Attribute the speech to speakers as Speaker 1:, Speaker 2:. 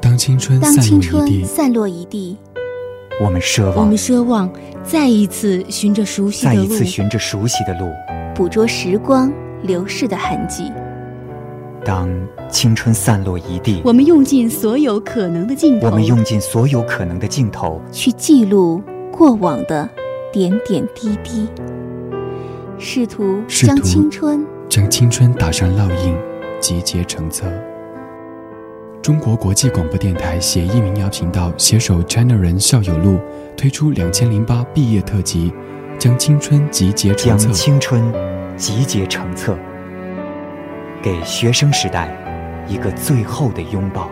Speaker 1: 当青春
Speaker 2: 当
Speaker 1: 散
Speaker 2: 青
Speaker 1: 落一
Speaker 2: 春
Speaker 1: 地，
Speaker 2: 散落一地，
Speaker 3: 我们奢
Speaker 4: 我
Speaker 3: 望
Speaker 4: 们奢望再一次循着熟悉
Speaker 3: 再
Speaker 4: 的
Speaker 3: 一
Speaker 4: 路，
Speaker 3: 次循着熟悉的路。
Speaker 2: 捕捉时光流逝的痕迹。
Speaker 3: 当青春散落一地，
Speaker 4: 我们用尽所有可能的尽头，
Speaker 3: 我们用尽所有可能的尽头。
Speaker 2: 去记录过往的点点滴滴，试图
Speaker 1: 试
Speaker 2: 将
Speaker 1: 图
Speaker 2: 青春
Speaker 1: 将青春打上烙印，集结成册。中国国际广播电台协议民谣频道携手 China 人校友路推出两千零八毕业特辑，将青春集结成
Speaker 3: 将
Speaker 1: 册。
Speaker 3: 青春集结成册，给学生时代一个最后的拥抱。